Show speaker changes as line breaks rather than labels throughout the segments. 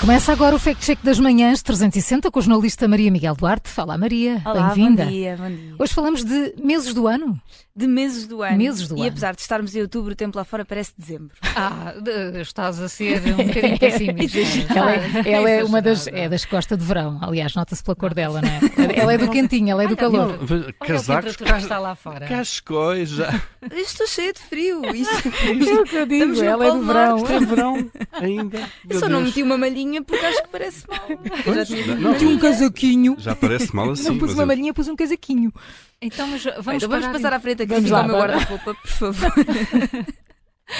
Começa agora o Fact Check das Manhãs 360 com a jornalista Maria Miguel Duarte. Fala, Maria.
Olá,
Bem-vinda.
bom dia, bom dia.
Hoje falamos de meses do ano.
De meses do ano.
Meses do
e
ano.
apesar de estarmos em outubro, o tempo lá fora parece dezembro.
Ah, de- estás a ser um bocadinho pessimista.
Ela, é- ela é uma das, é
Exagerada.
das que gosta de verão. Aliás, nota-se pela cor dela, não é? Ela é do quentinho, ela é do calor.
Não,
Ve-
Olha
Casacos,
a temperatura que
cas-
está lá fora.
cascóis, já.
Eu estou cheia de frio. Isto,
É o que eu
Estamos no Polo Norte.
É verão ainda.
eu
Meu
só não
Deus.
meti um uma malhinha porque acho que parece mal. Eu já
Pois,
tinha
não,
dito.
não,
Tinha um casaquinho.
Já parece mal assim.
não pus
mas
uma
eu-
marinha, pus um casaquinho.
Então, mas vamos,
Olha, vamos
parar
passar à frente aqui
Vamos
fica
lá,
o meu
bora.
guarda-roupa, por favor.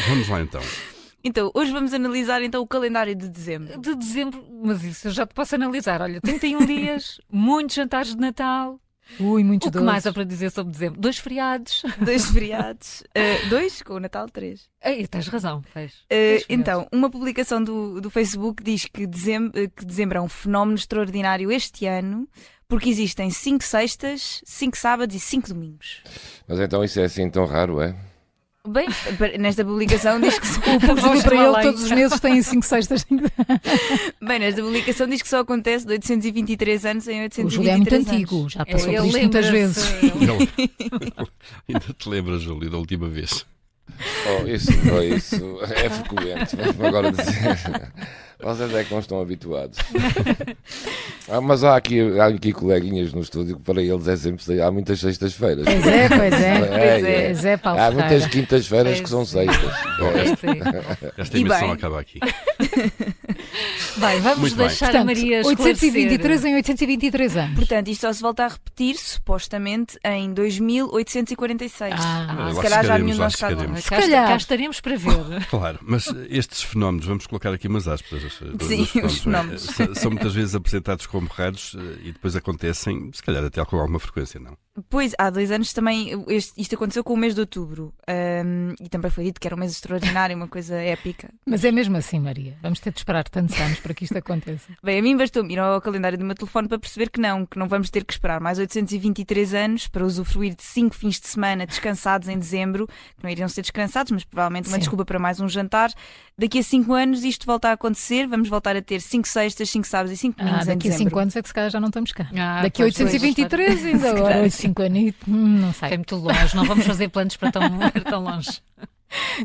Vamos lá então.
Então, hoje vamos analisar então o calendário de dezembro.
de dezembro, mas isso eu já te posso analisar. Olha, 31 dias, muitos jantares de Natal.
Ui, muito
o que
doce.
mais há para dizer sobre dezembro? Dois feriados.
Dois feriados. eh, dois, com o Natal, três.
Ei, tens razão, tens.
Eh,
Dois feriados.
então, uma publicação do, do Facebook diz que dezembro, que dezembro é um fenómeno extraordinário este ano porque existem cinco sextas, cinco sábados e cinco domingos.
Mas então isso é assim tão raro, é?
Bem, per- nesta publicação diz que só,
Vamos dizer para ele,
Além.
todos os meses têm 5 sextas.
bem, nesta publicação diz que só acontece de 823 anos em
O
823
Júlio é muito
anos.
antigo, já
É,
passou
ele
por isto muitas
lembra-se-
vezes.
Ainda, ainda te lembras, Júlio, da última vez.
Oh, isso, oh, isso é frequente, vamos agora dizer. Vocês é que não estão habituados. Ah, mas há aqui, há aqui coleguinhas no estúdio que para eles é sempre se- há muitas sextas-feiras.
Pois é, pois é.
É, é.
Pois é, Paulo
Há muitas
Ferreira.
quintas-feiras que são
Pois é.
sextas. É.
É, sim.
Esta
E
emissão
bem.
acaba aqui.
Bem, vamos
Muito bem.
deixar a
Portanto,
Maria esclarecer.
823 em 823 anos.
Portanto, isto só se volta a repetir, supostamente, em 2846.
Ah,
Olha,
se
lá
calhar já nenhum
chegaremos,
de
lá
nós cá
chegaremos.
Cá,
calhar.
cá estaremos para ver. Ah,
Claro, mas estes fenómenos, vamos colocar aqui umas aspas. as- dos-
Sim,
dos
os fenómenos.
não é? S- São muitas vezes apresentados como raros eh, e depois acontecem, se calhar até com alguma frequência, não?
Pois, há dois anos também este- isto aconteceu com o mês de outubro. Ahm, e também foi dito que era um mês extraordinário, uma coisa épica.
Mas é mesmo assim, Maria. Vamos ter de esperar tantos anos para que isto aconteça.
Bem, a mim bastou-me ir ao calendário do meu telefone para perceber que não, que não vamos ter que esperar mais 823 anos para usufruir de cinco fins de semana descansados em dezembro, que não iriam ser descansados, mas provavelmente uma
Sim.
desculpa para mais um jantar. Daqui a cinco anos isto volta a acontecer, vamos voltar a ter cinco sextas, cinco sábados e cinco domingos
Ah,
em
daqui a
dezembro.
5 anos é que se calhar já não estamos cá.
Ah,
daqui a
pois, pois,
823 ainda
calhar.
agora, 5 anos, hum, não
É
sei.
muito longe, não vamos fazer planos para tão, para tão longe.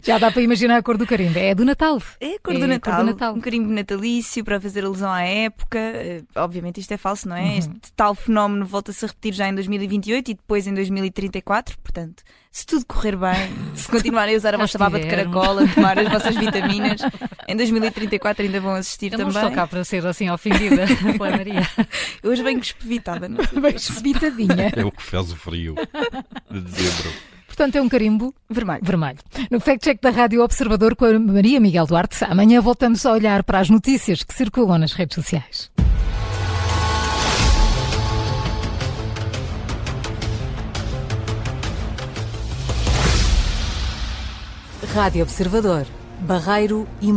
Já dá para imaginar a cor do carimbo. É do Natal.
É a cor,
É a cor
do
do
Natal,
Natal.
um carimbo natalício para fazer alusão à época. Eh, Obviamente isto é falso, não é? Este tal fenómeno volta-se a repetir já em 2028 e depois em 2034. Portanto, se tudo correr bem, se continuarem a usar a
Cá
vossa baba de
estivermos.
caracol, a tomar as vossas vitaminas, em 2034 ainda vão assistir
Eu não
também.
estou cá para ser assim ofendida pela Maria.
Eu Hoje venho espevitada, não é? sei.
Bem espetadinha.
É o que faz o frio de dezembro.
Portanto, é um carimbo
Vermelho.
vermelho. No Fact Check da Rádio Observador com a Maria Miguel Duarte, amanhã voltamos a olhar para as notícias que circulam nas redes sociais.
Rádio Observador, Barreiro e